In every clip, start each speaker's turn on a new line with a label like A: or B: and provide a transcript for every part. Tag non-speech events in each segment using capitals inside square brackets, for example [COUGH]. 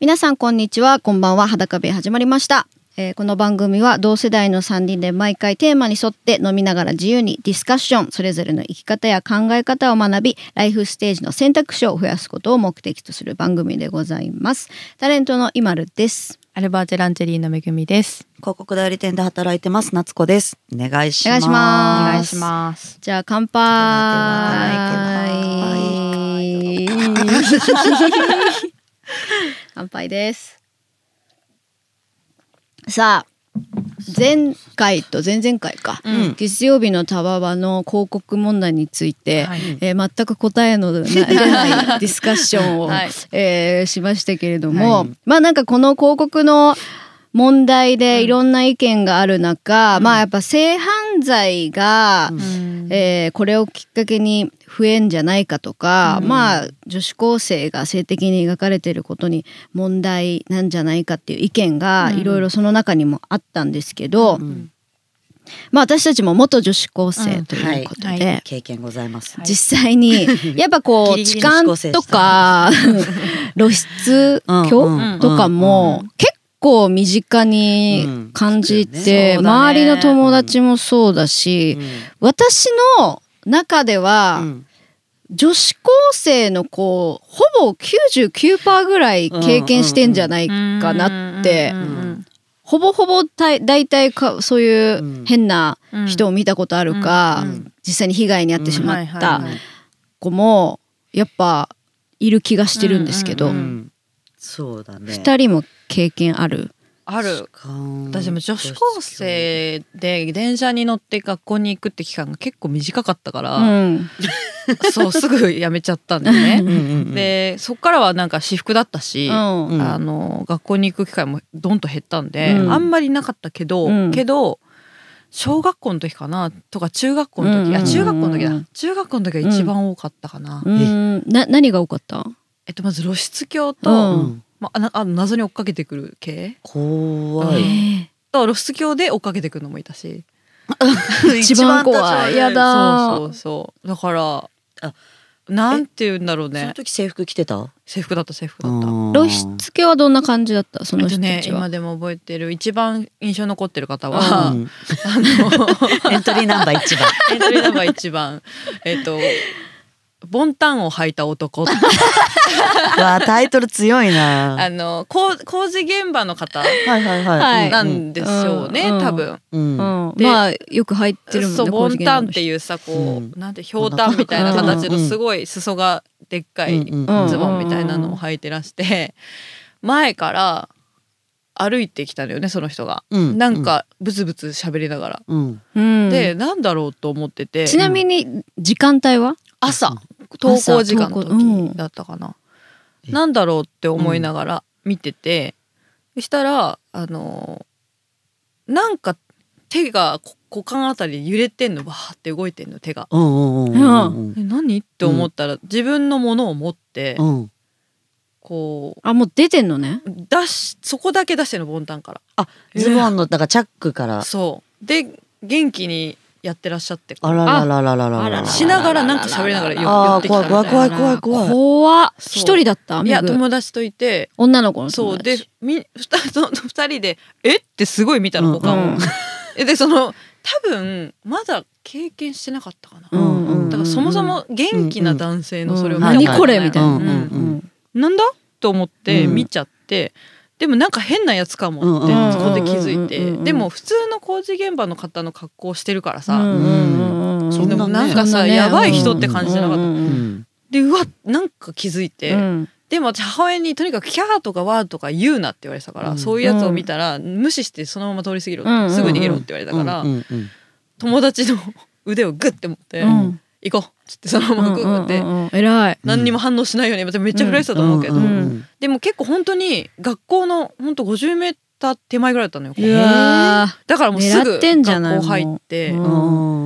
A: 皆さんこんにちはこんばんは裸部始まりました、えーこの番組は同世代の3人で毎回テーマに沿って飲みながら自由にディスカッションそれぞれの生き方や考え方を学びライフステージの選択肢を増やすことを目的とする番組でございますタレントのイマルです
B: アルバーチェランチェリーのめぐみです。
C: 広告代理店で働いてます夏子ですお願いし
A: お願
C: ま
A: い
C: す
A: しま
B: お
A: す
B: 願いします。
A: じゃあ乾杯乾杯ですさあ前回と前々回か、
B: うん
A: 月曜日のタワワの広告問題について、
B: はい
A: えー全く答えのな出ないディスカッションを、
B: はい
A: えーしましたけれども、
C: は
A: まあなんかこの広告の問題でいろんな意見がある中、まあやっぱ性犯罪が、えーこれをきっかけに増えんじゃないかとか、まあ女子高生が性的に描かれていることに問題なんじゃないかっていう意見がいろいろその中にもあったんですけど、まあ私たちも元女子高生ということで、
B: うんは
C: 経験ございます、
A: 実際にやっぱこう
C: ギリギ
A: 痴
C: リの
A: 漢
C: 思考性
A: とか露出
C: う
A: 狂
C: ん
A: とかも結構身近に感じて、
B: うん
A: 周りの友達もそうだし、私の中では、
C: うん
A: 女子高生の子ほぼ99%ぐらい経験してんじゃないかなって、ほぼほぼたい大体かそういううん変な人を見たことあるか、
B: うん
C: うん
A: 実際に被害に遭ってしまっ
B: うん
A: た
B: はいはいはい
A: 子もやっぱいる気がしてるんですけど、
B: う
A: 二
B: ん
C: うんそうだね
A: 2人も経験ある、
B: ある。私も女子高生で電車に乗って学校に行くって期間が結構短かったか
A: う
B: ら、
A: ん、
B: そうすぐ辞めちゃったんだよね。
C: うんうんうん
B: で、そっからはなんか私服だったし。
A: うん
C: うん
B: あの学校に行く機会もどんと減ったんで、
A: うん
B: あんまりなかったけど、
A: うん
B: けど小学校の時かなとか中学校の
A: う
B: 時、
A: ん
B: いや中学校の時だ、
A: うん
B: 中学校の時が一番多かったかな、
A: うんな何が多かった
B: えっとまず露出狂
A: う
B: と、
C: うん
B: まあなあの謎に追っかけてくる系
C: 怖
B: うん
C: い
B: と露出狂で追っかけてくるのもいたし
A: 一番怖いやだ
B: そうそうそうだから
C: あ
B: なんて言うんだろう
C: その
B: ね
C: 時制服着てた
B: 制服だった制服だった。
A: 露出系はどんな感じだったそ
B: え
A: の
B: っと
A: 人た
B: ね、
A: ちは、
B: 今でも覚えてる一番印象残ってる方
C: う
B: は、 [LAUGHS]
C: ん
B: あの
C: エントリーナンバー一番
B: エントリーナンバー一番、えっと、ボンタンを履いた男。
C: わあタイトル強いな
B: あの、工工事現場の方
C: はいはい
A: は
C: はいい
B: なんでしょうね、
A: うんうん
B: 多分。
C: うんうん
A: うん
B: で
A: まあよく入ってるもんね
B: そう、ボンタンって
A: う
B: いうさ、こう、
C: うん
B: なんて、ひょうたんみたいな形の
C: うん
B: すごい裾がでっか
C: うん
B: い
C: うん
A: うん
B: ズボンみたいなのを履いてらして、前から歩いてきたのよね、その人が。
C: うん
B: なんか、ブツブツ喋りながら。
C: うん
A: うん、
B: で、なんだろうと思ってて。
A: ちなみに時間帯は、
B: 朝登校時間の
A: 朝登校うん
B: 時だったかな、
C: え
B: なんだろうって思いながら見てて、そしたらあのーなんか手がこ股間あたりで揺れてんのわーって動いてんの手が。
C: うんうんうんうん
B: え何って思ったら、自分のものを持って、
C: うん
B: こう
A: あもう出てんのね。
B: 出しそこだけ出してんのボンタンから。
C: あズボンのだからチャックから
B: そうで元気にやってらっしゃって
C: あららららららら
B: しながらなんか喋りながらよ寄
C: あー
B: ってきたみたいな
C: 怖い怖い怖い怖い
A: 怖っ
B: そう
A: 一人だった。
B: い
A: メ
B: や
A: グ
B: 友達といて
A: 女の子の
B: そ
A: 友
B: うで
A: 達。
B: み二人その二人で「えっ?」てすごい見たの
C: うん
B: 股間を、
A: うん
B: えでその多分まだ経験してなかったかな、
C: うん
B: だからそもそも元気な男性のそれを見た
A: 何これ
B: な
A: みたいな。
C: うん
A: うん
B: なんだと思って
C: うん
B: 見ちゃって、でもなんか変なやつかもって、
C: うんうん
B: そこで気づいて、
A: うんうんうんうん
B: でも普通の工事現場の方の格好をしてるから
A: う
B: さ、
A: んうんうんうん
C: そ
B: で
C: ん
B: も
C: な
B: な
C: ね
B: んか
A: そん
B: さ、
A: なね
B: やばい人って感じじゃなかった、
A: うんうんうん
B: でうわなんか気づいて、
A: うん
B: でも私母親にとにかくキャーとかワーとか言うなって言われてたから、
C: うん
B: そういうやつを見たら無視してそのまま通り過ぎろって、
A: うん
B: すぐ逃げろって言われたから、友達の腕をグッて持って、
A: うん
B: 行こうっつってそのままグーって、
A: うんうんうん偉い。
B: 何にも反応しないように私めっちゃフライしたと思うけど、
A: うんうん
B: でも結構本当に学校の本当50メーター手前ぐらいだったのよ
A: うわー
B: だからもうすぐ
A: 狙ってん
B: 学
A: じゃない
B: 校入って。
A: もう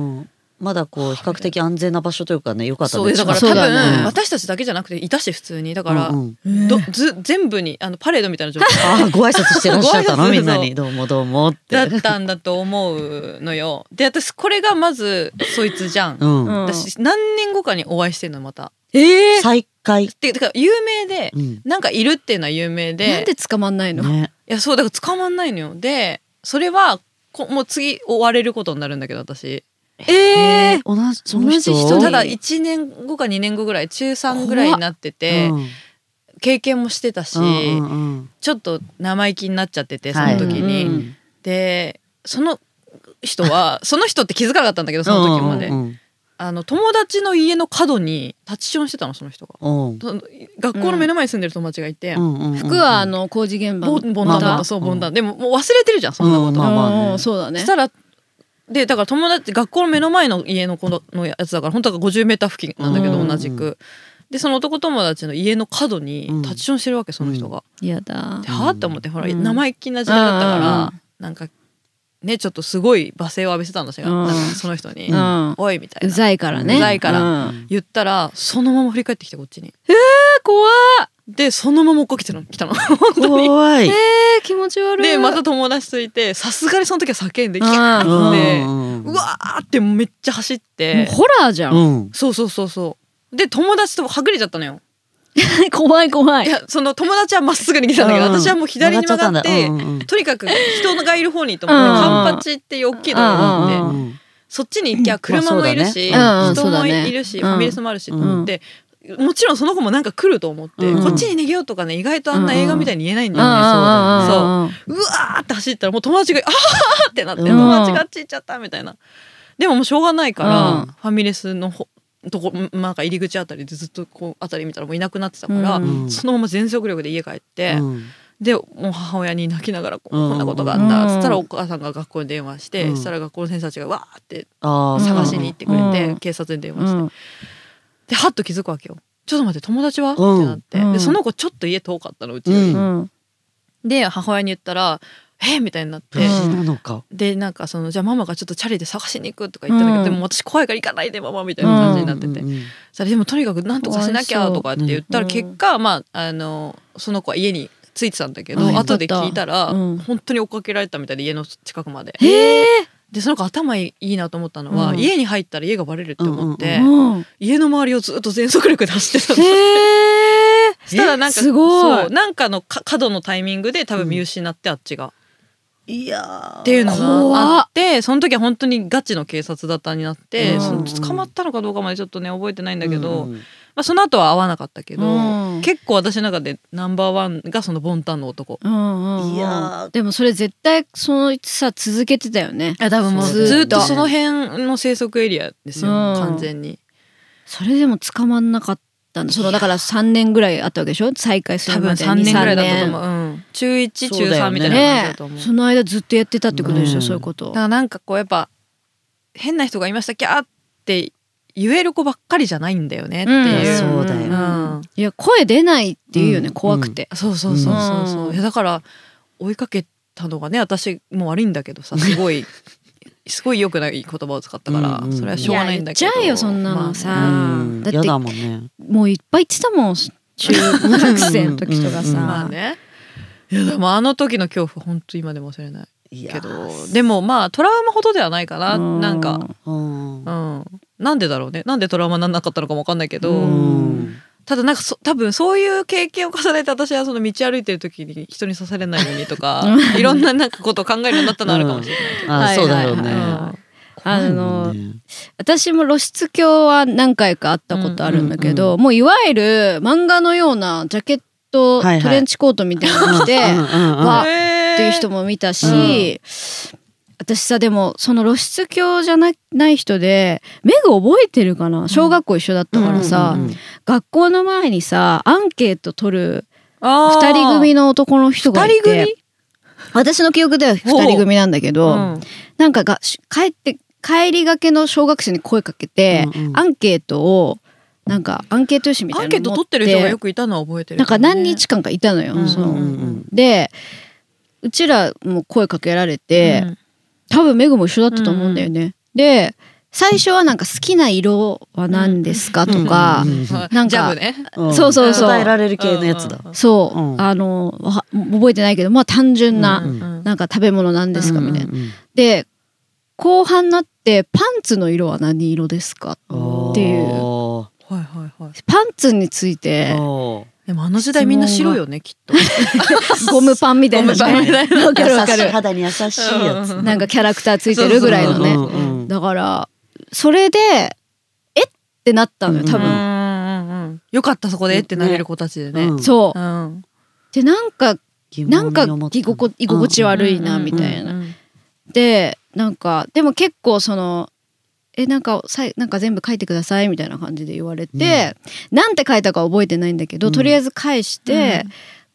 C: まだこう比較的安全な場所というかね良かった
B: そうだから
A: そ
B: 多
A: うだ
B: 分、
A: ね
B: 私たちだけじゃなくていたし普通にだから、
A: うん
B: どず全部にあのパレードみたいな状態
C: あご挨拶してらっし
B: [LAUGHS]
C: ゃったのみんなにどうもどうもって
B: だったんだと思うのよ。で私これがまずそいつじゃん。
C: うん
A: うん
B: 私何年後かにお会いしてんのまた。
A: ええ。
C: 最回。
B: ててか有名で
C: うん。
B: なんかいるっていうのは有名で
A: なんで捕まんないの、
C: ね。
B: いやそうだから捕まんないのよでそれはこもう次追われることになるんだけど私
C: え
B: え
C: ー同じ、その
A: 同じ
C: 人
A: 人
B: ただ1年後か2年後ぐらい中3ぐらいになってて、
C: うん
B: 経験もしてたし、
C: うんうんうん
B: ちょっと生意気になっちゃっててその時に、
A: はいうん
B: でその人
C: [LAUGHS]
B: はその人って気づかなかったんだけどその時まで、
C: うんうん
B: あの友達の家の角に立ちションしてたのその人が
C: うんうん
B: その学校の目の前に住んでる友達がいて、
C: うんうんうん
A: 服はあの工事現場
B: ボ
A: の
B: ンボンダンだったそう
C: うん
B: ボンダンでももう忘れてるじゃんそんなこと、
C: うんまあまあね
A: うんそうだ
B: そ
A: ね
B: したらでだから友達学校の目の前の家の子ののやつだから本当は 50m 付近なんだけ
A: う
B: ど
A: ん
B: 同じく。でその男友達の家の角に
C: うん
B: 立ちションしてるわけその人が。
A: やだ
B: ではあって思ってほら
A: うん
B: 生意気な時代だった
A: う
B: か
A: んうんう
B: ら
A: ん
B: なんかねちょっとすごい罵声を浴びせたんだしが
A: うん
B: なんかその人に
A: う
B: 「
A: ん
B: おい」みたいうな
A: ざいからね
B: うざいから
A: うん
B: 言ったらそのまま振り返ってきてこっちに。
A: 怖
B: でそのまま追っかけてる
A: [LAUGHS]
B: の来たの。
C: 怖い。
A: い気持ち悪い
B: でまた友達といてさすがにその時は叫んで「キャ
A: うん
B: ー!」って
C: うん
B: うわーってめっちゃ走って。
A: もうホラーじゃ
C: うんん。
B: そうそうそうそう。で友達とはぐれちゃったのよ。
A: [LAUGHS] 怖い怖
B: い
A: い
B: やその友達はまっすぐに来たんだけど、
C: うんうん
B: 私はもう左に曲がって、
C: 曲がっち
B: とにかく人がいる方にと思って、
A: うん
B: カンパチっていう大きいところ
C: ゃったん
B: が
C: だ
B: あ
A: う
B: っ
A: ん
B: て、
C: うん
B: そっちに行きゃ車もいるし、
A: まあそ
B: 人
A: うだ
B: も
A: ねうんうん
B: いるし、
A: そうだね
B: ファミレスもあるしと思って。もちろんその子もなんか来ると思って、
C: うん
B: こっちに逃げようとかね意外とあんな映画みたいに言えないんだ
A: う
B: よ
A: ん
B: ね、
A: うんう
B: そう
A: んうん
B: うわーって走ったらもう友達が「あー!」ってなって、
C: うん
B: 友達があっち行っちゃったみたいなでももうしょうがないから、
A: うん
B: ファミレスのほとこまあなんか入り口あたりでずっとこうあたり見たらもういなくなってたから、
A: うん
B: そのまま全速力で家帰って、
C: うん
B: でもう母親に泣きながらこ,、
C: うん
B: ん、なことがあった、
A: うん
B: そしたらお母さんが学校に電話して、
C: うん
B: そしたら学校の先生たちがわーって
C: あー
A: うん
B: 探しに行ってくれて、
A: うん
B: 警察に電話して、
A: うん
B: ではっと気づくわけよちょっと待って友達は、
C: う
B: っ
C: ん
B: てなって、
A: う
B: で
A: ん
B: その子ちょっと家遠かったのうちより
C: う
A: うん
B: で母親に言ったら「えーみたいになって。
A: うん
C: 無事なのか。
B: でなんかそのじゃあママがちょっとチャリで探しに行くとか言ったんだけど、
A: うん
B: でも私怖いから行かないでママみたいな感じになってて、
C: うんうんうん
B: それでもとにかくなんとかしなきゃとかって言った
A: か
B: ら
A: わいそう
B: 結果、まああのその子は家に着いてたんだけど、
A: あよかった
B: 後で聞いたら、
A: うん
B: 本当に追っかけられたみたいで家の近くまで
A: へえ
B: でその子頭いいなと思ったのは、
C: うん
B: 家に入ったら家がバレるって思って、
A: うん
B: 家の周りをずっと全速力で走 [LAUGHS] ってたの。
A: へえ
B: そしたらなんか
A: すごい
B: そうなんかのか角のタイミングで多分見失って、あっちが。
C: いや
B: っていうの
A: 怖
B: が
A: っ
B: あってその時は本当にガチの警察だったになって、
A: うん
B: その捕まったのかどうかまでちょっとね覚えてないんだけど、まあ、その後は会わなかったけど、
A: うん
B: 結構私の中でナンバーワンがそのボンタンの男。
A: うんうんうん
C: いやー
A: でもそれ絶対そのさ続けてたよね
B: あ多分
C: もう
B: ずっと
C: ず
B: そ
C: っと
B: の辺の生息エリアですよ、
A: うん
B: 完全に
A: それでも捕まんなかったのそのだから三年ぐらいあったわけでしょ再開す
B: 多
A: る
B: 分
A: まで
B: 3年ぐらいだったと思
A: う
B: う、うん中1
C: そう
B: 中
C: だよ
B: 3
C: ね
B: みたいな感じだ
A: ね
B: と思う
A: その間ずっとやってたってことでしょ、
C: うん
A: そういうこと
B: だからなんかこうやっぱ変な人がいましたキャーって言える子ばっかりじゃないんだよねっていう、
C: うんそうだよね
B: うん
A: いや声出ないっていうよね、
C: うん
A: 怖くて、
B: そうそうそうそうそう、
A: うん
B: いやだから追いかけたのがね私もう悪いんだけどさすごいすごい良くない言葉を使ったから、
C: うんうん
B: それはしょうがないんだけど
A: いや言っちゃえよそんなのさ
C: うん
A: だって
C: やだもんね。
A: もういっぱい言ってたもん
B: [LAUGHS]
A: 中学生の時とかさ、
C: うん
B: まあねまあねいやでもあの時の恐怖本当今でも忘れない
C: いや
B: けどでもまあトラウマほどではないかな、
A: う
B: なんか、
C: うん
B: うん、なんでだろうねなんでトラウマになんなかったのかもわかんないけど、
A: う
C: うんん
B: ただなんかそ多分そういう経験を重ねて私はその道歩いてる時に人に刺されないようにとかいろんななんかことを考えるようになったのはあるかもしれないけど。
A: は
C: あ
A: い
C: そうだよ
A: は
C: ね
A: いは。
C: 怖いもんね
A: あの私も露出狂は何回かあったことあるんだけど、もういわゆる漫画のようなジャケット、
C: はいはい
A: トレンチコートみたいなの着て、
C: うん
A: わ
C: うんうん
A: あ
B: へー
A: っていう人も見たし、
C: う
A: 私さでもその露出狂じゃなない人で目が覚えてるかな小学校一緒だったからさ、
C: うんうんうん
A: 学校の前にさアンケート取る
B: あー
A: 2人組の男の人がい
B: 二人組
A: て私の記憶では2人組なんだけど、なんかがし帰って帰りがけの小学生に声かけて、
C: うんうん
A: アンケートをなんかアンケート用紙み
B: ア
A: た
B: ン
A: い
B: ケ
A: な
B: ー
A: の
B: ト
A: 持
B: 取ってる人がよくいたのは覚えてる、
A: なんか何日間かいたのよ、
B: うん
A: そ
C: うんう
A: の
C: ん
A: でうちらも声かけられて、
B: うん
A: 多分メグも一緒だったと思うんだよね。で最初はなんか好きな色は何ですかとか、
C: うんうんうん
B: はい
A: なんか
B: ジャブね
C: ん
A: そうそうそう
C: 答えられる系のやつだ。
A: そう、
C: うん
A: あのわ覚えてないけどまあ単純な、
B: うんうん
A: なんか食べ物なんですかみたいな。
C: うんうん
A: で後半になってパンツの色は何色ですか
C: うん
A: っていう
C: おー
B: はいはいはい。
A: パンツについて
C: お
B: でもあの時代みんな白いよねきっと。
A: [LAUGHS] ゴムパンみたいな
B: ゴムパンみたい
A: わか
C: ー
A: るわか
C: 優しい
A: る
C: 肌に優しいやつ
B: う
A: なんかキャラクターついてるぐらいのね
C: うんうんうん
A: だからそれでえってなったのよ多
B: うんう
A: 分、
B: んうんよかったそこでってなれる子たちでね。。
C: うん
A: そううんでなんか
C: 疑
A: なん
C: 問
A: か
C: に思った
A: 居心居心地悪いなみたいな、
B: うんうんうん
A: でなんかでも結構そのえなんかさいなんか全部書いてくださいみたいな感じで言われて、なんて書いたか覚えてないんだけど、
C: うん
A: とりあえず返して、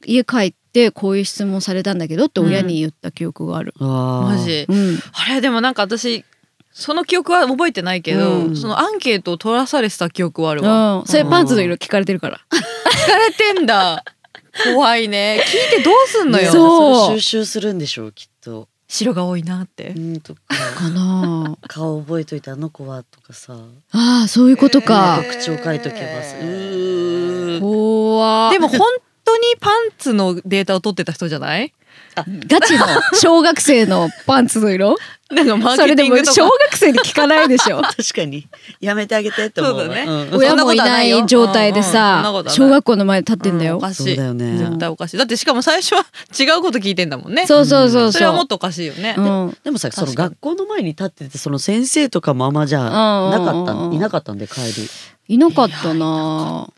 A: 家帰ってこういう質問されたんだけどって親に言った記憶がある。
C: うわー
B: マジ。
A: うん
B: あれでもなんか私その記憶は覚えてないけど、
C: うん
B: そのアンケートを取らされてた記憶はあるわ。
A: うん、それパンツの色聞かれてるから。
B: 聞かれてんだ。怖いね。聞いてどうすんのよ。
A: そう
C: それ収集するんでしょうきっと。
B: 白が多いなって
C: う。んとか
A: かなあ
C: 顔覚えといてあの子はとかさ。
A: あーそういうことか。
C: 特徴書いとけばさ。うー
A: 怖
B: でも本当にパンツのデータを取ってた人じゃない？
A: ガチの小学生のパンツの色
B: なんかマー
A: それ
B: ケテ
A: で
B: ィン
A: も
B: グと
A: 小
B: か。
A: 学生に聞かないでしょ
C: 確かにやめてあげてって思うわ
B: そうだね
C: ん
A: 親
B: [LAUGHS] そんな
A: も
B: こ
A: い
B: とは
A: な
B: ないよ
A: い状態で
B: うんうん
A: さ
B: そんなことはない
A: 小学校の前に立ってんだ
B: う
A: よ
B: お、かし
C: そう
B: い
C: だ。よね。
B: 絶対おかしい。だってしかも最初は違うこと聞いてんだもんね。
A: そうそうそうそう
B: それはもっとおかしいよね。
A: うん、
C: でもさその
B: 確かに
C: 学校の前に立っててその先生とかもあんまじゃなかった
A: うんうんうんうん
C: いなかったんで帰り
A: いなかったな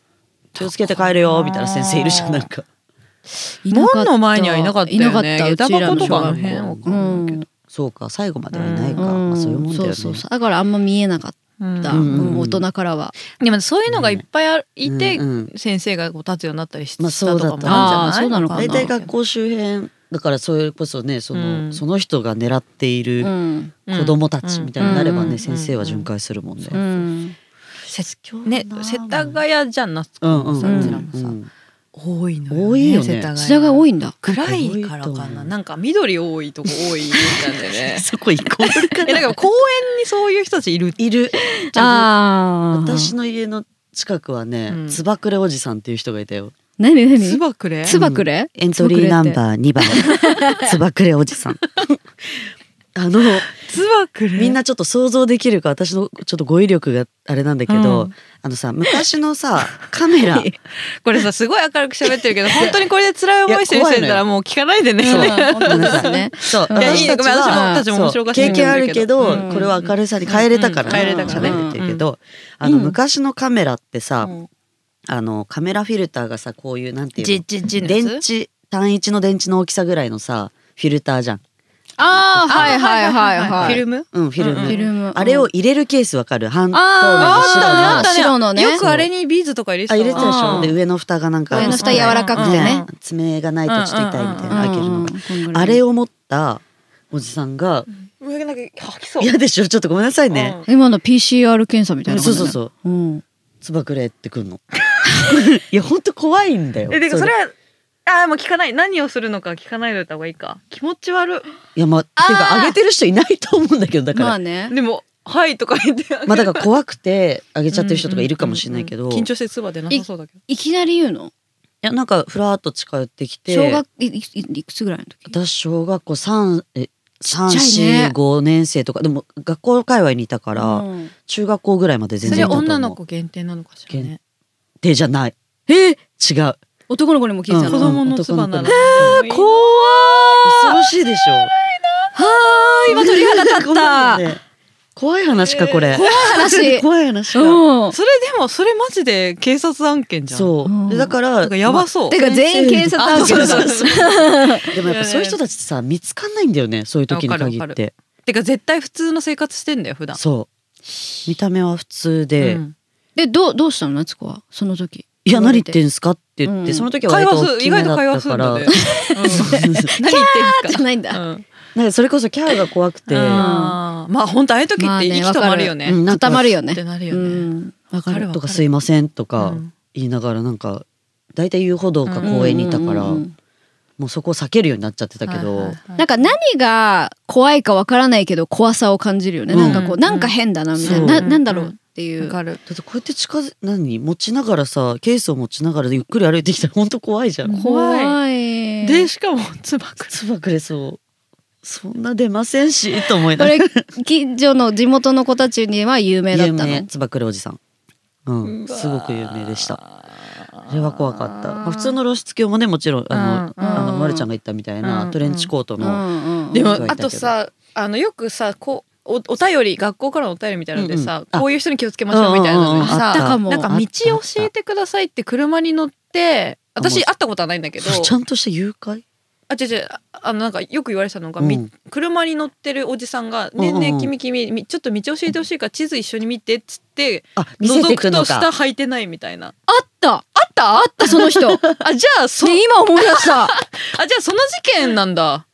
C: 気をつけて帰れよみたいな先生いるじゃんなんか
A: いなかった
B: 門の前にはいなかったよね。
A: いなかった
B: 下駄箱とかあの
A: うち
B: 辺
A: ら
B: わ
A: の
B: かんないけど。
C: そうか最後まではいないか、
A: 小学校
C: まあ、そういう
A: うん
C: もんだよね
A: そうそうだからあんま見えなかった、
B: うん
C: うん
A: うん大人からは
B: でもそういうのがいっぱいあいて
C: うんうん
B: 先生がこう立つようになったりし
C: まあ
B: したとかもあるんじゃない
A: そうだったあ
B: わ
A: ーそうなのかな
B: か
C: 大
B: んない
C: 体学校周辺だからそれこそねその,、
B: うん
C: その人が狙っている
A: ん、
C: 子供たちみたいになればね、
A: うん
C: 先生は巡回するもんね。
A: う
C: うん
A: ん、
B: せね世田谷じゃんなう
C: う
B: んん
C: うん
B: う
A: うん
B: ちらもさ多いの
C: 多いよね
A: 世田が多
B: い
A: いんだ
B: 暗いから
C: 多いと
B: か
C: 思
B: な
C: う
B: なんか緑多いとこ多いみたいでね
C: [LAUGHS] そこ行こう
B: えなんか公園にそういう人たちいる
C: いる
A: ああ
C: 私の家の近くはね、
B: うん
C: つばくれおじさんっていう人がいたよ
A: 何
B: つ
A: 何
B: ばくれ
A: つばくれ、
C: エントリーナンバー2番つばくれおじさんあの
B: つばくれ
C: みんなちょっと想像できるか私のちょっと語彙力があれなんだけど、
B: うん
C: あのさ昔のさカメラ
B: これさすごい明るく喋ってるけど本当にこれで辛い思いしてる人いたらもう聞かないでね
A: そう
B: [LAUGHS]
A: 本当
C: な
A: で
C: ん
A: す
C: か
A: ね
C: そう
A: いや
B: い
C: 私たち
B: いのごめん
C: は
B: 私も私も面白おかしい
C: 経験あるけど、
A: うん
C: これは明るさに変えれたから、
B: うん変えれたからね
C: 喋れてるけど、
A: ん
C: あの昔のカメラってさ、
B: うん
C: あのカメラフィルターがさこういうなんていうの
B: じじ
C: 電池単一の電池の大きさぐらいのさフィルターじゃん、
A: ああはいはいはいはい
B: フィルム
C: うん、フィルム,、
B: うん
A: フィルム
C: あれを入れるケースわかる半透明の
A: あー
C: 白の
A: あったねあったね白のね
B: よくあれにビーズとか入れて
C: あ
B: たわ
C: 入れてたでし
A: う
C: ょ
A: ん
C: で上の蓋がなんか
A: 上の蓋柔らかくてね
C: 爪がないとちょっと痛いみたいな開けるのが
A: の
C: あれ
A: を
C: を持ったおじさんが
B: 上なんか吐きそう
C: 嫌でしょちょっとごめんなさいね
B: うん
A: 今の PCR 検査みたいな
C: そう
A: 感じだ
C: そう
A: ね
C: そう
A: うん、
C: つばくれってくんの [LAUGHS] いやほんと怖いんだよ
B: え、てかそれ
C: れ
B: は、あーもう聞かない。何をするのか聞かないでおいた方がいいか。気持ち悪
C: いやまあて
A: あー
C: かあげてる人いないと思うんだけどだか
A: まあ
C: ら
A: ね
B: い。でも、はいとか言って。
C: [LAUGHS] まあだから怖くてあげちゃってる人とかいるかもしれないけど
B: 緊張して唾出なさそうだけど。
A: いきなり言うの
C: いやなんかふらっと近寄ってきて
A: 小学いいいいくつぐらいの時
C: 私小学校3え三
A: ちっちゃいね
C: 四五年生とかでも学校界隈にいたから、
A: うん
C: 中学校ぐらいまで全
B: それ
C: 然いたと思う
B: 女の子限定なのかしらね。
C: でじゃない
A: え
C: 違う
A: 男の子にも聞いてた
B: 子
A: の、
C: うん
B: 供の唾なら。
C: 男の子
B: え
C: に
B: ー
A: 怖
C: 恐ろしいでしょ
A: はーい今鳥肌立っ
C: こんな
A: た
C: [LAUGHS] のね怖い話かこれ、
A: 怖い話
C: [LAUGHS] 怖い話か、
A: うん
B: それでも、それマジで警察案件じゃん。う。
C: そ
A: う
C: う、
A: ん
C: でだか
B: な
C: ら
B: んかやばそう。
A: てか全員警察
B: あ
A: だ
B: そうそう
A: け
B: そう [LAUGHS]
C: まあでもやっぱそういう人たちってさ見つかんないんだよねそういう時に限
B: わかる
C: っ
B: わか
C: て
B: てか絶対普通の生活してんだよ、普段。
C: そう見た目は普通で、
B: うん
A: でどうどうしたの夏子はその時
C: いや何言ってんすかって言って、
A: うん
C: その時は
B: 会
C: 割と
B: 話す、
C: 大き
B: 意
C: め
B: 外
C: だ
B: と会話
C: った
B: するん
C: から
B: だね。うん
C: [LAUGHS] そうそうそ
B: 何言ってん
A: じ
B: す
A: ゃ
B: か
A: ないんだ、
B: うん
C: うなんかそれこそキャーが怖くて、
B: あーまあ本当ああいう時って息止まるよね。
C: まあねわかるうんなん
A: 固まるよね
B: ってなるよ
A: う
B: ね。
A: んわか
B: わか
A: る
B: るわ
C: とか「すいません」とか
B: うん
C: 言いながらなんか大体遊歩道か公園にいたから、
A: うんうんうん
C: もうそこを避けるようになっちゃってたけど、
B: はいはいはい
A: なんか何が怖いかわからないけど怖さを感じるよね、
C: うん
A: なんかこうなんか変だなみたい
C: そう
A: なななんだろうっていう、
B: わかる。
C: だってこうやって近づ何持ちながらさケースを持ちながらゆっくり歩いてきたらほんと怖いじゃん。
A: 怖い
B: でしかもつばく
C: つばくれそうそんな出ませんしと思い
A: こ
C: ながら
A: れ近所の地元の子たちには有名だった
C: 有
A: の
C: 名つばくれおじさんうん、すごく有名でした。
B: た
C: あれは怖かった。まあ普通の露出鏡もねもちろんあの、
B: うん
C: あのまるちゃんが言ったみたいな、
B: うん
C: トレンチコート
A: う
C: の、
A: んうん
B: でも
C: うん
B: あとさあのよくさこうおお便り学校からのお便りみたいなのでさ、
C: うんうんあ
B: こういう人に気をつけましょうみたいなのに
A: うんうんうんあ
B: さ
A: ったかも
B: なんか
C: あっ
B: 道
C: た
B: 教
C: あった
B: えてくださいって車に乗って私
C: あ
B: 会ったことはないんだけど
C: ちゃんとした誘拐
B: あ違う違うあのなんかよく言われてたのが、み
C: うん車
B: 車に乗ってるおじさんが「
C: んうん
B: ね
C: う
B: え
C: ん
B: ねえ君君みちょっと道教えてほしいから地図一緒に見て」っつって
C: あ見せて
B: 覗
C: く
B: く
C: の
B: と
C: か
B: 下履いてないみたいな。
A: あった
B: あったあっ
A: その人で
B: あじゃあそあじ
A: 今思い出した
B: ゃあその事件なんだ。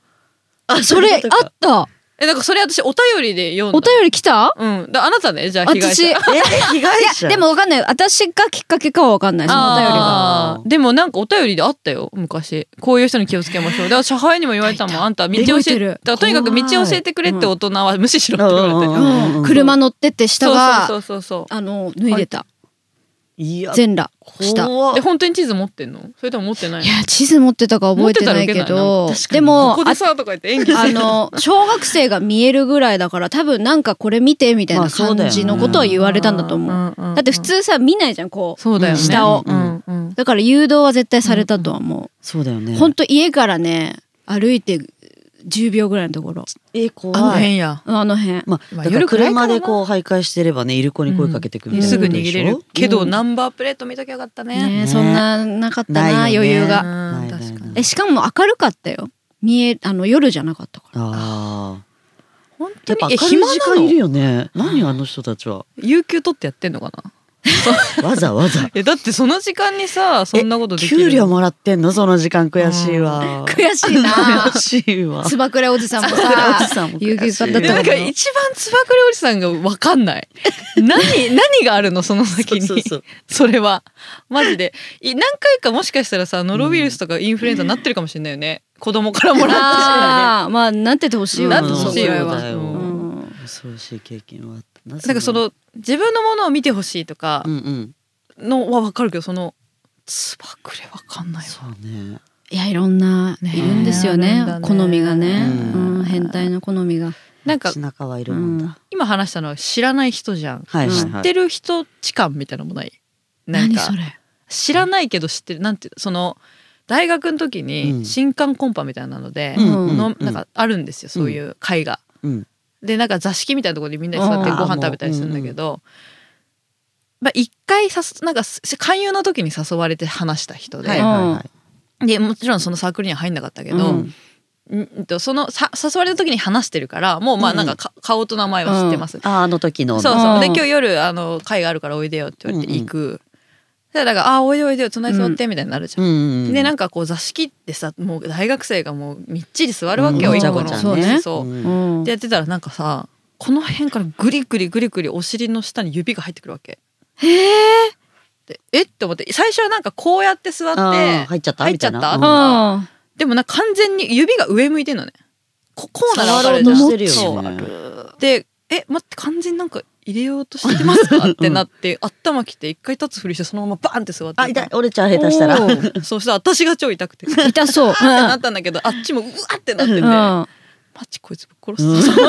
C: あ
A: それあ
C: そういうこと
A: っ
C: か
A: た
B: えなんかそれ私お便りで読んだ。
A: お便り来た
B: うん。だあなたねじゃあ被害
A: 私。
B: 者
C: え被
A: い
C: 害者
A: やでもわかんない私がきっかけかはわかんないそのお便りが
C: が
B: あーでもなんかお便りであったよ昔こういう人に気をつけ
A: [LAUGHS]
B: ましょうだから社配にも言われたもんあんた道教え
A: 覚えて
B: て
A: る
B: だからとにかく道教えてくれって大人は無視しろって言われて、
C: うんうんうん
A: 車乗ってって下が
B: そうそうそうそ
A: あの脱いでた
C: いや
A: 全裸下
B: う
C: 怖
B: で本当に地図持ってんのそれとも持ってない
A: い
B: の
A: や地図持ってたか覚えてないけど
B: 持
A: でも
B: ここ
A: あ
B: でさとか言って演技
A: あの小学生が見えるぐらいだから多分なんかこれ見てみたい
C: ま
A: な
C: あそうだよ
A: 感
C: ね
A: じのことを言われたんだと思う。
B: んんん
A: だって普通さ見ないじゃんこう
B: そうだよね
A: 下を
B: うんうん
A: だから誘導は絶対されたとは思
C: そうだよ
A: う
C: ね
A: ほんと家からね歩いて10秒ぐらいのところ
B: あ
C: え
B: の
C: 怖い
B: 辺や
A: あの辺
C: まあ
B: まあ
C: だから
B: 夜暗いから
C: 車
B: な
C: でこう徘徊してればねいる子に声かけてくるみたい
B: す
C: な
B: ぐ
C: ことで
B: 逃
C: しょ
B: げれるけど
A: うん
B: ナンバープレート見ときゃよかったね
A: ねそんななかったな
C: ないよ
A: 余
C: ね
A: 裕
B: う
A: が
B: ん
C: ないないない
B: 確かに
A: えしかも明るかったよ見えあの夜じゃなかったから
C: ああ
B: 本当
C: やっぱ
B: にえ
C: 明るい
B: 暇
C: 時
B: な
C: 間いる
B: の
C: よね何あの人た
B: [LAUGHS]
C: ちは
B: 有給取ってやってんのかな
C: わざわざ
B: えだってその時間にさ [LAUGHS] そんなことできる
C: 給料もらってんのその時間悔しいわ
A: 悔しいな
C: [LAUGHS] 悔しい
B: [LAUGHS]
C: わ
A: つばくれおじさんも
C: つばくれお
A: さ
C: じさんも悔しい
A: 有給使った
B: で
C: [LAUGHS]
B: なん
A: と
B: か
A: 思う
B: 一番つばくれおじさんが分かんない何何があるのその先に
C: そ
B: そう
C: そう
B: れはマジでい何回かもしかしたらさノロウイルスとかインフルエンザになってるかもしれないよね、子供からもらったしか
A: あーまあなっててほしい
B: ね
A: よ
B: な
C: な
B: って
C: ん
B: ほしい
C: うん
B: わ
C: そうだよ
B: うん
A: うん
C: 恐ろしい経験はあった
B: なんかその自分のものを見てほしいとか
C: うんうん
B: のは分かるけどそのつばくれ分かんない
C: そ
B: わ
C: うね
A: いやいろんな、
B: ね
A: いるんですよ
B: ある
A: ね
B: んだね
A: 好みがね、う
C: うんん
A: 変態の好みが
B: なんか
C: 街中はいるもん
A: うん
C: だ
B: 今話したのは知らない人じゃん、
C: はいはい
B: 知
C: は
B: っ
C: い
B: てる人痴漢みたいなのもないなん
A: 何
B: か
A: それ
B: 知らないけど知ってるなんてその大学の時
C: う
B: に
C: ん
B: 新刊コンパみたいなので、
A: うん
B: のなんかあるんですよ、そういう会が。
C: うん
B: でなんか座敷みたいなところでみんなで座って
A: あー
B: ご飯食べたりするんだけど、まあ、一回誘なんかす勧誘の時に誘われて話した人で,、
C: はいはいはい
B: でもちろんそのサークルには入んなかったけど、
A: うん
B: んんとそのさ誘われた時に話してるからもうまあなんかか、顔と名前は知ってます、
C: ああの時の
B: そうそう。で、
A: うん
B: 今日夜、あの、会があるからおいでよって言われて
C: うんうん
B: 行く。で、だから、あ、おいでおいでよ、隣座って、みたいになるじゃ。
C: うんんうん
B: で、なん
C: か
B: んかこう、座敷ってさ、もう大学生がもう、みっちり座るわけ
A: う
B: よ、
A: ん
B: 一個
A: ごちゃ
B: の。
A: ごちゃね
B: そうう。
C: ん
A: うん
B: で、やってたら、なんかさ、この辺からグリグリグリグリお尻の下に指が入ってくるわけ。へえ。えって思って、最初はなんかこうやって座って、
C: あー入っちゃった
B: 入っちゃった
C: みたいな
A: あ
B: でもなんか完全に指が上向いてんのね。ここうならわ
C: 触
B: かる
C: ろう
B: じゃ
C: と
B: ん。
C: してる
B: そう
C: よね
B: で「え待って完全になんか入れようとしてますか?」
C: [LAUGHS]
B: ってなって頭きて一回立つふりしてそのままバンって座って
C: あ痛い折れちゃう下手したら
A: おー
B: たそうしたら私が超 [LAUGHS]
C: [LAUGHS]
B: 痛くてって
A: 痛そう、
B: なったんだけどあっちもうわってなってて「
A: うんう
B: マ
A: ん
B: ジこいつぶっ [LAUGHS] 殺すぞ」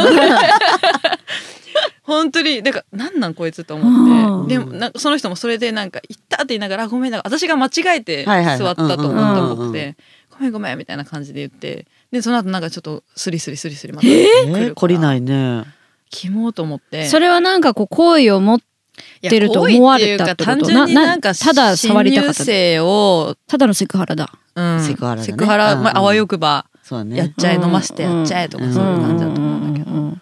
B: 本当にだから何なんこいつと思
A: う
B: っ
A: ん
B: てでもなんかその人もそれでなんか「行った」って言いながらあ「ごめん」なんか私が間違えて
C: はいはい
B: 座ったと思ったっぽ
C: うんうんう
B: く
C: んうん
B: て「ごめんごめん」みたいな感じで言ってでその後なんかちょっとスリスリスリスリまた
A: え
C: [LAUGHS] え
B: 来
C: ー
B: る
C: 懲
B: か
C: り
B: ら
C: ないね
B: キモーと思って
A: それはなんかこう好意を持っ
B: いや
A: てると思われたってこと
B: 行為っていうか単純になん
A: なな
B: か
A: ただ触りたかった
B: 新入生を、
A: ただのセクハラだ
B: うん
C: セクハラだね
B: セクハラ
C: うん
B: まああわよくば
C: そうだ
B: やっ
C: ね
B: ちゃえ、
A: うん
B: 飲ましてやっちゃえとかそういう感じだと思うんだけど、
A: ううん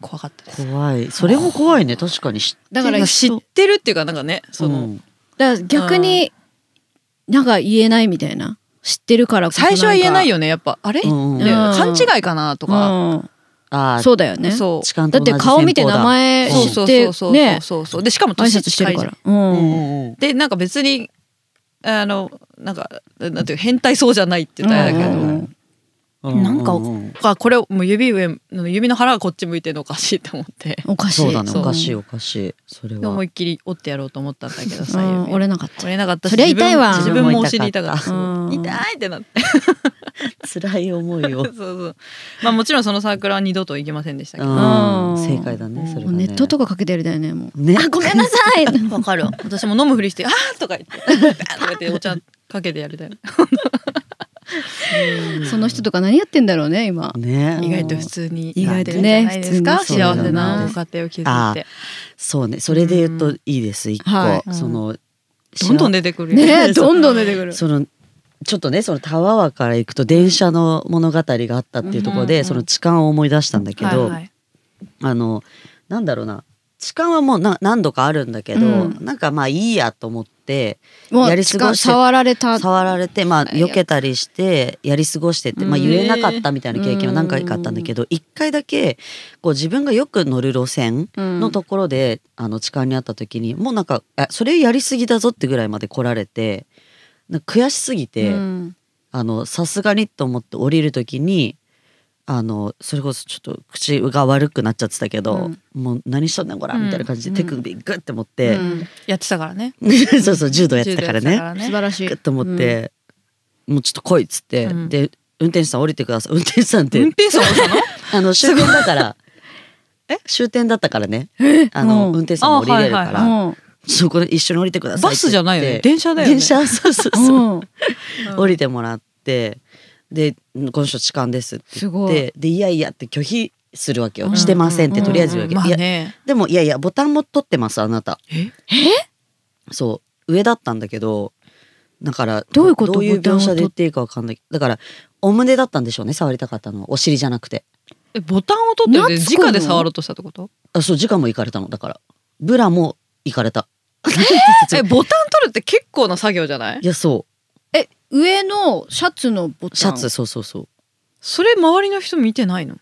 B: 怖かったです
C: 怖いそれも怖いね確かに知
A: だから
B: まあ知ってるっていうかなんかねその、
C: うん
A: だから逆になんか言えないみたいな知ってるからこそ
B: 最初は言えない
A: よ
B: よねやっぱあれ、
C: うんうん
B: ね勘違いかなとか、
C: ああ
A: そうだよね
B: そう
C: 痴漢
A: だ
C: と
A: っ
C: 同じ
A: て顔見て名前
B: そう
A: 知
B: そ
A: っ
B: う
A: て
B: そうそう
A: ね
B: そうそうでしかも
A: 挨
B: 年
A: 拶して
B: 近い
A: る
B: じ
A: か
B: ゃん
A: らうん
C: 戦法
B: でなんか別にあのなんかなんていうか変態そうじゃないって言ったらあれだけど、
A: うんうんうん
C: うんうんうん
B: なんか
C: うう
B: あこれもう指上の指の腹がこっち向いてるのおかしいと思って
A: おかしい
C: そうだね
B: そう
C: おかしいおかしいそれ
B: で思
C: はい
B: っきり折ってやろうと思ったんだけど
A: う
B: さ、
A: ん
B: 指
A: 折れなかった
B: 折れなかったし
A: そりゃ痛いわ
B: 自分自分もお尻痛かった
A: うん
B: 痛いってなって
C: つ辛い思
B: [LAUGHS]
C: いを、
B: そうそうまあもちろんそのサークルは二度と行けませんでしたけど
C: うん
A: うん
C: 正解だねそ
A: も
C: れは
A: う
C: ね
A: ネットとかかけてるだよねもう、
C: ね
A: あごめんなさい
B: わかる私も飲むふりして「あー!」とか言って「バーン!」とか言ってお茶かけてやりたい
A: [LAUGHS] その人とか何やってんだろうね今
C: ね
B: 意外と普通に
C: 意外と
A: ね
B: やってるんじゃないですか
A: 普通
C: にそうだ
B: 幸
C: な
B: せなご家庭を築いて
C: そうねそれで言うといいです一個、
A: は
C: その
B: どんどん出てくるよ
A: ねどんどん出てくる
C: そのちょっとねその田川から行くと電車の物語があったっていうところで、
B: うんうん
C: その痴漢を思い出したんだけど、
B: はいはい
C: あのなんだろうな痴漢はもうな何度かあるんだけど、
A: うん
C: なんかまあいいやと思って
A: も
C: や
A: う
C: り過ごして
A: 触られた
C: 触られてまあ
A: いや
C: 避けたりしてやり過ごしてって、まあ、
A: うん
C: 言えなかったみたいな経験は何回かあったんだけど一回だけこう自分がよく乗る路線のところで、あの痴漢にあった時にもうなんかあそれやり過ぎだぞってぐらいまで来られてなんか悔しすぎて。
A: うん
C: あのさすがにと思って降りる時にあのそれこそちょっと口が悪くなっちゃってたけど、もう何しとんねんこら
B: うん
C: みたいな感じで手首グッて持っ
A: う
C: て、
A: ん
B: やってたからね
C: [LAUGHS] そうそう柔道やってたから
B: 柔道やってたか
C: ね
B: ら
A: 素晴らしい
C: グッと持って、もうちょっと来いっつって、
B: うん
C: で運転手さん降りてください運転手さんって、
B: 運転手さん降りたの
C: あの終点
B: [LAUGHS]
C: だからえ終点だったからねあの、
A: うん
C: 運転手さんも降りれるか
B: あ
C: ら、
A: うん
C: そこで一緒に降りてくださいっ
B: バス
C: て言って
B: じゃないよね電車だよね
C: 電車そうそうそう、
A: うん
C: 降りてもらってで「この人痴漢です」って
A: す
C: 言っ
A: ごい
C: てで「いやいや」って拒否するわけよ「
A: うん
C: してません」ってとりあえず言うわけ、
B: まあ
C: いや
B: ね
C: でも「いやいやボタンも取ってますあなた
B: え」
C: そう上だったんだけどだから
A: どういうこと
C: どういう
A: ボタンを取
C: 描
A: っ
C: 写で言っていいかわかんないだからお胸だったんでしょうね触りたかったのはお尻じゃなくて
B: えボタンを取ってる
A: なんつ
B: で
A: この
B: 直で触ろうとしたってこと
C: あそう時間も行かれたのだからブラも行かれた
B: えボタン取るって結構な作業じゃない
C: いやそ
A: え上のシャツのボ
C: う
A: タン
C: シャツそうそうそう
B: それ周りの人見てないの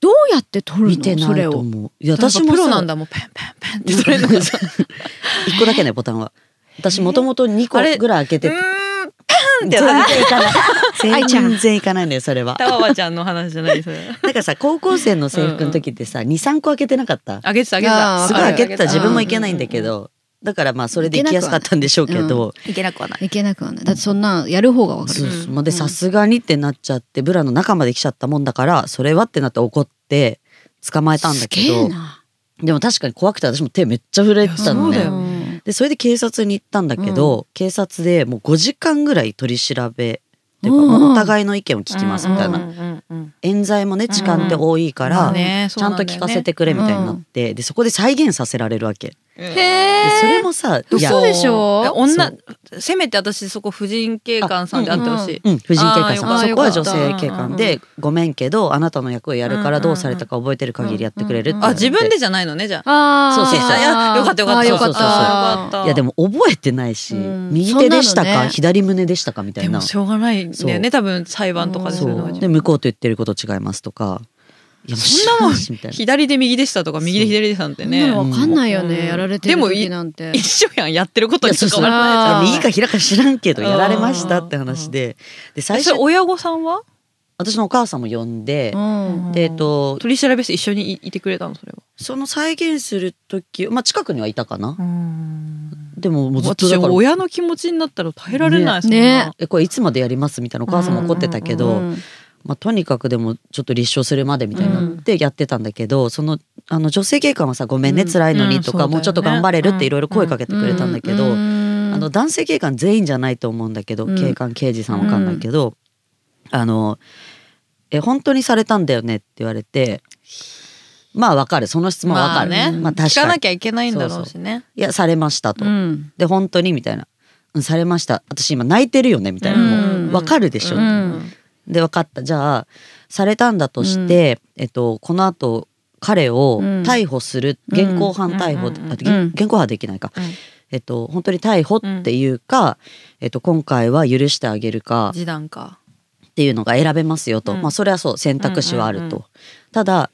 A: どうやって取るの
C: 見てな
A: そ
C: い
A: れ
C: と
A: を
C: 思うい
B: な
C: や
B: んか
C: 私も
B: プロ
C: さ
B: なんだもうペンペンペンって取れ
C: [LAUGHS]
B: るのさ
C: 一個だけねボタンは私もともと2個ぐらい開け
B: う
C: て
B: ー
C: て
B: ん
C: 全然いかない
A: 愛ちゃん
C: 全然いかないんだよそれは
B: タワワちゃんの話じゃないそれ
C: なんかさ高校生の制服の時ってさ23個開けてなかった
B: あげてたあげて
A: あー
B: た
C: すごい開けてた
A: あるある
C: 自分もいけないんだけどだからまあそれで行きやすかったんでしょうけ
A: いけなく
C: ど
B: いけなくはない
A: いけなくはないだってそんなやる方がわかる
C: そう
B: うん
C: そうまあでさすがにってなっちゃってブラの中まで来ちゃったもんだからそれはってなって怒って捕まえたんだけ
A: すげえ
C: ど
A: な
C: でも確かに怖くて私も手めっちゃ震えてたの
B: そうだ
C: ね
B: よ
C: でそれで警察に行ったんだけど、警察でもう5時間ぐらい取り調べっていうか、
A: うんうん
C: もうお互いの意見を聞きますみたいな、
B: うんうんうん
C: 冤罪もね痴漢って多いか
A: う
C: ら、
A: ん
B: ね
C: ちゃんと聞かせてくれみたいになって、でそこで再現させられるわけ、
A: へ
C: で
A: え
C: それもさいや
A: 嘘でしょ
B: いや女
C: そ
B: せめて私そこ婦人警官さんであってほしい、
C: うん、婦人警官さ
A: あ
C: ん
A: ー
C: そ
A: よ
C: こ
A: かっ
C: は
A: た
C: 女性警官で、ごめんけどあなたの役をやるからどうされたか覚えてる限りやってくれるって
A: うんうんうん
B: あ自分でじゃないのねじゃあ
A: あー
C: そうそうそう
B: いやよかったよかった
A: あーよかっ
C: そうそうそ
B: よ
C: う
B: かったた
C: いやでも覚えてないし、
A: うん
C: 右手でし
A: そ
C: た
A: んな
C: か、
A: のね
C: 左胸でしたかみた
B: で
C: いな
B: もしょうがないんだよ
C: そ
B: ね多分裁判とかで
A: そ
B: す
C: そ
B: るのは
C: うで向こうと言ってること違いますとかいやもう知らないしみたいな
B: 左で右でしたとか右で左でしたなんて
A: そんなの
B: ね
A: わかんないよ
B: うん
A: ねやられてる
B: でもい
A: 時なんて
B: 一緒やんやってること
C: いや
B: に
C: そうそ
B: 関
C: う
B: わらないじゃ
A: あ
B: ん
A: ー
C: 右か左か知らんけどやられましたって話でで最
B: えそれ
C: 初
B: 親御さんは
C: 私のお母さんも呼んで
A: う、ん
C: でえっと
B: 取り調べして一緒にいいてくれたのそれは
C: その再現する時まあ近くにはいたかな、
B: うん
C: でももうずっと
B: 私
C: だから
B: 親の気持ちになったら耐えられない
C: ね
B: そんな
A: ね
C: えこれいつまでやりますみたいなお母さんも怒ってたけど、
A: うん
C: まあ、とにかくでもちょっと立証するまでみたいになってやってたんだけど、そのあの女性警官はさ「ごめんね
A: うん
C: 辛いの
B: う
C: に」
B: んそ
C: と
B: うだ
C: か、
B: よね
C: もうちょっと頑張れる」っていろいろ声かけてくれたんだけど、
A: うん
C: あの男性警官全員じゃないと思うんだけど、
A: うん
C: 警官刑事さんわかんないけど、あのえ本当にされたんだよねって言われてまあわかるその質問はわかる、
B: まあね、
C: まあ確
B: 聞か
C: か
B: な
C: に
B: きゃいけないんだろうしね
C: いやされましたと、
A: うん
C: で本当にみたいなうんされました私今泣いてるよねみたいな、も
A: うん
C: うわかるでしょ、
A: うん
C: で分かったじゃあされたんだとして、えっと、このあと彼を
A: うん
C: 逮捕する、現行犯逮捕、
B: うんうんうんうん
C: あげ現行犯はできないか、
B: うん
C: えっと、本当に逮捕っていうか、えっと、今回は許してあげるか
B: 示談か
C: っていうのが選べますよと、
B: うん
C: まあ、それはそう選択肢はあると、
B: うんうんう
C: ただ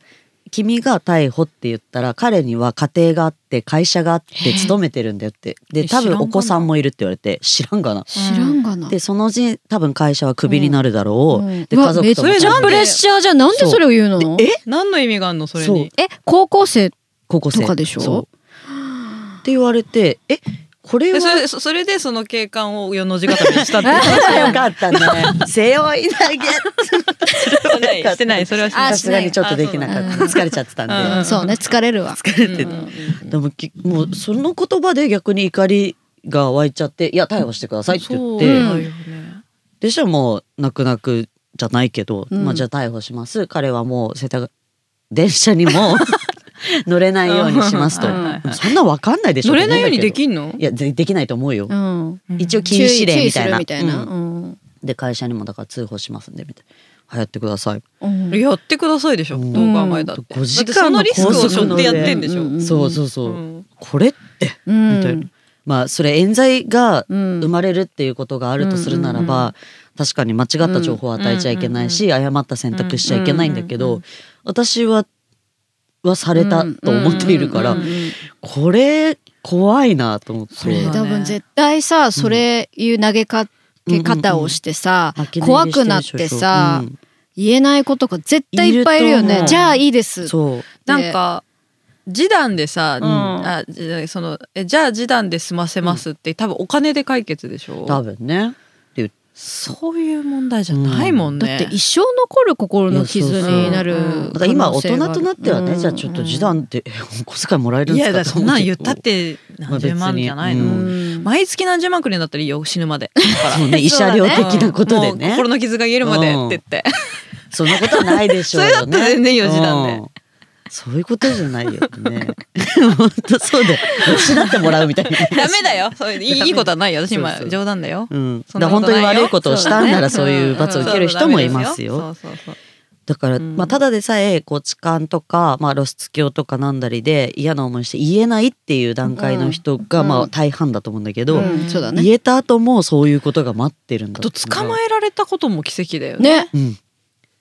C: 君が逮捕って言ったら彼には家庭があって会社があって勤めてるんだよってで
B: え知ら
C: 多
B: ん
C: 分
B: がな
C: お子さんもいるって言われて知らんがな
A: 知らんがな
C: でそのうち多分会社はクビになるだろう、
A: うん
C: で
A: うわ
C: 家族とも
A: めっちゃプレッシャーじゃんなんでそれを言うの
C: え
B: 何の意味があるのそれ
C: そう
B: に
A: え高校生
C: 高校生
A: とかでしょ
C: そうって言われてえこれ
B: で
C: は
B: それそそれでその景観を世の字固めにしたって
C: よかったね。 [LAUGHS] 背負い投
B: [LAUGHS]
C: げ。 [LAUGHS]
B: してないそれはしてない
A: あ
C: さすがにちょっとできなかった。
A: あ
C: 疲れちゃってたんで。
B: うん
A: そうね疲れるわ
C: 疲れてた。でもきもうその言葉で逆に怒りが湧いちゃって「いや逮捕してください」って言っ
A: そう
C: て
A: ん
C: でしたらもう泣く泣くじゃないけど、
A: うん
C: まあ、じゃあ逮捕します彼はもう世田谷電車にも [LAUGHS] 乗れないようにしますと、
A: うんはいはい
B: はい
C: そんなわかんないでしょ
B: 乗れないようにで
C: る
B: きんの
C: いやでできないと思うよ、
A: うん
C: 一応禁
A: 注
C: 止
A: 意注
C: 令
A: 意
C: み
A: す
C: たい
A: る
C: な
A: みたいな
C: うん
A: うん
C: で会社にもだから通報しますんでみたいなやってください、
A: うん
B: やってくださいでしょ、
C: うん
B: どう考えたって
C: 5時間の
B: だってそのリスクを背負ってやってんでし
A: 高
B: ょ、
A: 速のねん
C: そうそうそう、
B: うん
C: これって
A: う
C: みたいな、まあそれ冤罪が
A: うん
C: 生まれるっていうことがあるとするならば、
A: うんうん
C: 確かに間違った情報を与えちゃいけないし、誤った選択しちゃいけないんだけど、
B: うんうんうん
C: 私ははされたと思っているから、
A: うんうんうんうん
C: これ怖いなと思って。
B: そうだね
A: 多分絶対さそれいう投げかけ方をしてさ、
C: 呆れしてる
A: 怖くなってさ、
C: 少々
A: 言えないことが絶対いっぱいいるよ
C: いると
A: ね
C: 思う
A: じゃあいいで
C: うん
A: す
C: そう
B: なんか示談でさ、
A: うん
B: あじそのえじゃあ示談で済ませますって、多分お金で解決でしょ
C: 多分ね。
B: そういう問題じゃないもんね、
A: だって一生残る心の傷になる
B: いやそうそう
C: だから今大人となってはね、じゃあちょっと示談って、えお小遣いもらえるん
B: い
C: ですか
B: やだそんなん言ったっ
C: と
B: て何十万じゃないの、
C: まあ別に
A: うん
B: 毎月何十万くれんだったらいいよ死ぬ
C: [LAUGHS]
B: まで
C: 思う
B: [LAUGHS]
C: ね、慰謝料的なことで
B: もう
C: ね。
B: 心の傷が癒えるまでって言って、 [LAUGHS]
C: そんなことはないでしょうよ、ね。
B: それだって全然いいよ示談で
C: うんそういうことじゃないよね。本当そうだよ。失ってもらうみたいな。
B: ダメだよそういういいいいことはないよ私今
C: そうそう
B: 冗談だよ、
C: うん。
B: そ
C: だ
B: ん
C: か
B: なこと
C: ら本当
B: ない
C: に
B: よ
C: 悪いことをしたんならそういう罰を受ける人もいます
B: そ
C: よ。
B: うそうそう
C: だから、
B: うん
C: まあただでさえこう痴漢とか、まあ、露出狂とかなんだりで嫌な思いして言えないっていう段階の人が、
A: うん
C: まあ大半だと思うんだけど、
A: うんそうだね
C: 言えた後もそういうことが待ってるんだ
B: あと捕まえられたことも奇跡だよね
A: ね
C: うん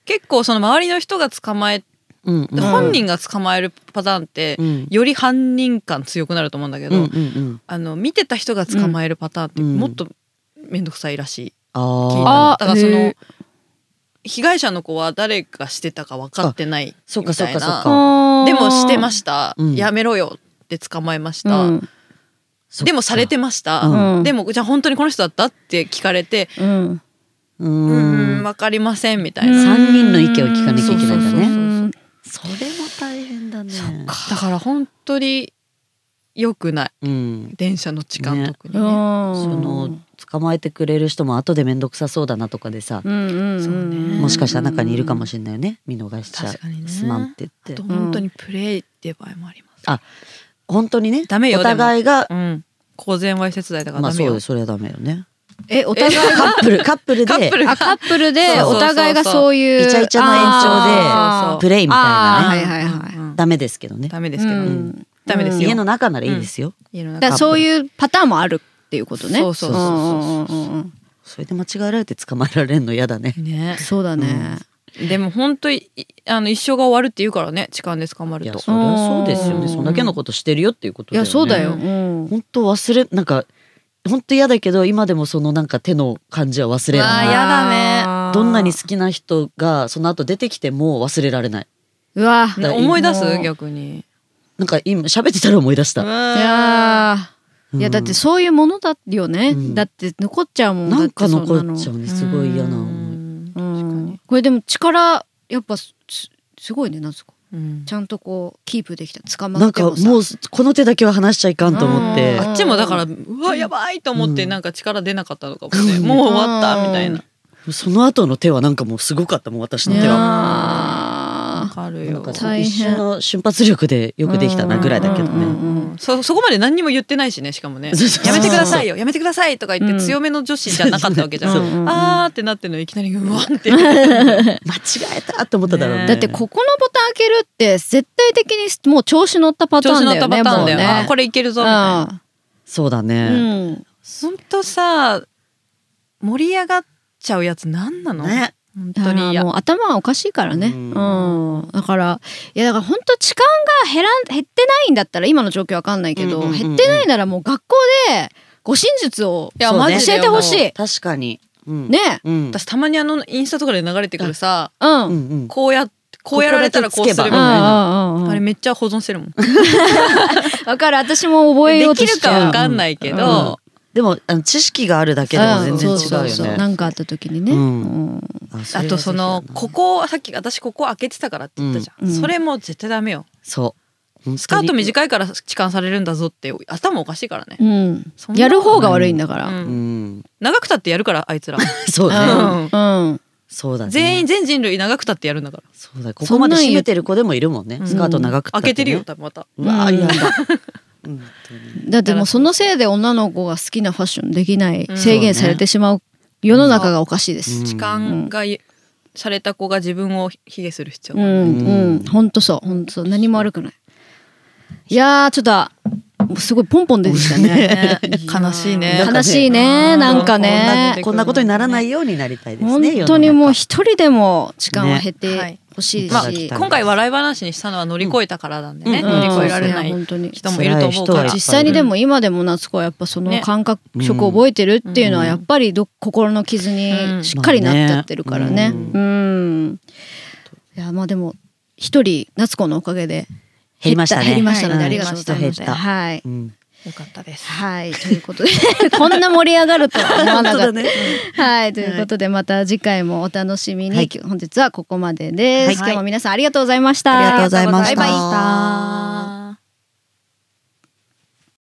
B: 結構その周りの人が捕まえ
C: うんうん
B: 本人が捕まえるパターンって
C: うん
B: より犯人感強くなると思うんだけ
C: うん
B: ど、
C: うんうん
B: あの見てた人が捕まえるパターンって
C: うん
B: もっと面倒くさいらしい、
C: あ
A: あ
C: あ
B: だからそ
A: へ
B: の
A: え
B: 被害者の子は誰がしてたか分かってない
C: そうか
B: み
C: そう
B: たい
C: かそう
B: な
C: か
B: でもしてま
A: し
B: した、
C: うん
B: やめろよって捕まえましたた、
A: うん
C: そっか
B: でもされてました、
C: うん
B: でもじゃあ本当にこの人だったって聞かれて
A: うん
C: う
B: う
C: ー
B: んん分かりませんみたいな、
A: うん
C: 三人の意見を聞かなきゃい
B: そ
C: けないんだ
B: うそうそう
C: ね。
A: うん
C: それも大変だね。
B: だから本当に良くない
C: うん。
B: 電車の時間
C: ね
B: 特に
A: う
B: ね
A: ん
C: その捕まえてくれる人も後で面倒くさそうだなとかでさ、
A: うんうん
B: そうね
C: もしかしたら中にいるかも
A: し
C: しれないよね。見逃しちゃ
B: 確かにね
C: すまんって
B: あ
C: 言って
B: と。本当にプレイっていう場合もあります、
C: 本当にね。
B: ダメよ
C: お互いが
B: うん公然わいせつ罪だから
C: まあ
B: ダメ
C: そう
B: よ、
C: ですそれはダメよ
B: [LAUGHS]
C: ね。
A: えお互い
C: カップルカップル
B: カッ
C: で
B: プル
A: あカップルで
B: そうそうそうそう
A: お互いがそういう
C: イチャイチャの延長で
A: あー
C: プレイみたい
A: あー
C: な
A: は
C: ね。
A: いはいはい
B: うん
C: ダメですけどね。
B: ダメですけど、
A: うん
B: ダメですよ
C: 家の中ならいいですよ。
B: 家の
A: だから
B: 中
A: そういうパターンもあるっていうことね。
B: そうそうそうそうん
A: うんうんうん
C: それで間違えられて捕まえられるの嫌だね。
B: ね
A: そうだね。
B: でも本当にいあの一生が終わるって言うからね痴漢で捕ま
C: い
B: る
C: や
B: と
C: そりゃそうですよ
A: う
C: ね。
A: ん
C: そんだけのことしてるよっていうこ
A: い
C: とだよ
A: や
C: ね。
A: そうだよ。
B: う
A: うん
C: 本当忘れなんか本当嫌だけど今でもそのなんか手の感じは忘れ
B: あ
C: ら
B: ー
C: れ
B: や
C: ない
B: だ
C: どんなに好きな人がその後出てきても忘れられないう
A: わ。
B: ね思い出す
A: もう
B: 逆に
C: なんか今喋ってたら思い出し
B: い
C: た、
A: いやーいやだってそういうものだよね
C: うん。
A: だって残っちゃうもん。
C: なんか
A: だてそ
C: 残っちゃうねすごい嫌な思い
B: 思
A: うんこれでも力やっぱすすごいねなんすか。ちゃんとこうキープできた捕ま
C: な
A: っ
C: ん
A: て
C: か
A: もさ。
C: もうこの手だけは離しちゃいかんと思っ
A: う
C: て
A: ん
B: あっちもだからうわやばいと思って
C: うん
B: なんか力出なかったのかもねもう終わったみたいな
C: その後の手はなんかもうすごかったもん私の
A: い
C: 手
A: や
C: は。
B: わ
A: ー
B: かる
C: なん
B: よ
C: か
A: 大変
C: 一瞬の瞬発力でよくできたなぐらいだけど
A: うんうん
C: ね。
A: うん
B: そそこまで何にも言ってないしねしかもね
C: そうそうそう
B: やめてくださいよやめてくださいとか言って強めの女子じゃなかったわけじゃ
A: そう
B: ん
A: そうそう
B: あーってなってるのいきなりうわんって
C: 間違えたと思っただろうね。
B: ね
A: だってここのボタン開けるって絶対的にもう調子乗ったパタ
B: 調
A: ー
B: 子
A: ン
B: 乗
A: だ
B: った
A: よ
B: パ
A: ね。
B: ターンだよ
A: もうね
B: あこれいけるぞみたいな
C: そうだ
A: う
C: ね。
A: んうん。
B: ほんとさ盛り上がっちゃうやつ何なの、
C: ね
B: 本
A: だか
B: 当に
A: ら
B: いや
A: もう頭がおかしいからね。
C: う
A: うん。だからいやだから本当痴漢が減らん減ってないんだったら今の状況わかんないけど、
C: うんうんうんうん
A: 減ってないならもう学校で護身術を
B: いや
A: そうね
B: マジ
A: 教
B: で
A: えてほしい。ね。
C: 確かに。うん。
A: ね
C: うん。
B: 私たまにあのインスタとかで流れてくるさ
A: うん。
C: うんうん。
B: こうやってこうやられたらこうするみたいな。
A: あ
B: あれめっちゃ保存してるもん。
A: わかる私も覚え
B: で
A: ようと
B: き
A: し
B: る
A: ち
B: か
A: ゃう
B: わかんないけど、
C: でもあの知識があるだけでも全然違うよね。
A: んそそそなんかあった時にね、
C: うん
A: うん
C: あそ
B: あ
C: れは
B: とその
C: ぜひだな
B: ここさっき私ここ開けてたからって言ったじゃん、
A: うん
B: それも絶対ダメよ
C: そう
B: スカート
C: い、
B: 短いから痴漢されるんだぞって頭おかしいからね、
A: うん
B: そんな
A: やる方が悪いんだから、
B: うん
C: うん、
B: 長くたってやるからあいつら
C: そう
B: う
C: ね、
B: ん
A: うん
C: そうだね
B: 全員全人類長くたってやるんだから
C: そうだここ
A: そ
C: まで
A: んなん
C: 締
A: 言う
C: めてる子でもいるもんね、
B: うん
C: スカート長くたっ
B: 開
C: ね
B: けてるよ多分また
C: うわ
A: うん [LAUGHS]
C: 嫌だ本当に
A: だってもうそのせいで女の子が好きなファッションできない
B: うん
A: 制限されてしまう世の中がおかしいで
C: う
A: す
C: ん。
B: 痴漢がいされた子が自分を卑下する必要
A: う
B: がある、
A: ん
C: う
A: うんん、ほんとそうほんとそう何も悪くない。いやーちょっとあもうすごいポンポン出てきた
C: [LAUGHS]
A: ね。
B: 悲しいね
A: 悲しいねなんかね。
C: こんなことにならないようになりたいですね
A: 本当にもう一人でも時間は減って
B: ね
A: ほしいし、
B: まあ
C: い
B: 今回笑い話にしたのは乗り越えたからなんでね、
C: うん
B: 乗り越えられない
A: 本当に
B: 人もいると思うから
C: 辛い人は
A: 実際にでも今でも夏子はやっぱその
B: ね
A: 感覚色覚えてるっていうのは
C: うん
A: やっぱりど心の傷にしっかりなっちゃってるからね。
C: うん
A: うん。いやまあでも一人夏子のおかげで
C: 減りましたね
A: 減りましたので
B: はい
A: ありがとうございました。
C: 減った減った
A: はい。
C: うん
B: よかったです
A: はいということで [LAUGHS] こんな盛り上がるとは思わ
C: 本
A: な
C: 当
A: かった
C: だ。ね
A: はいということでまた次回もお楽しみに、
C: はい
A: 本日はここまでです、
C: はい
A: 今日も皆さんありがとうございました
C: ありがとうございました
A: バイバイ
C: バイバイ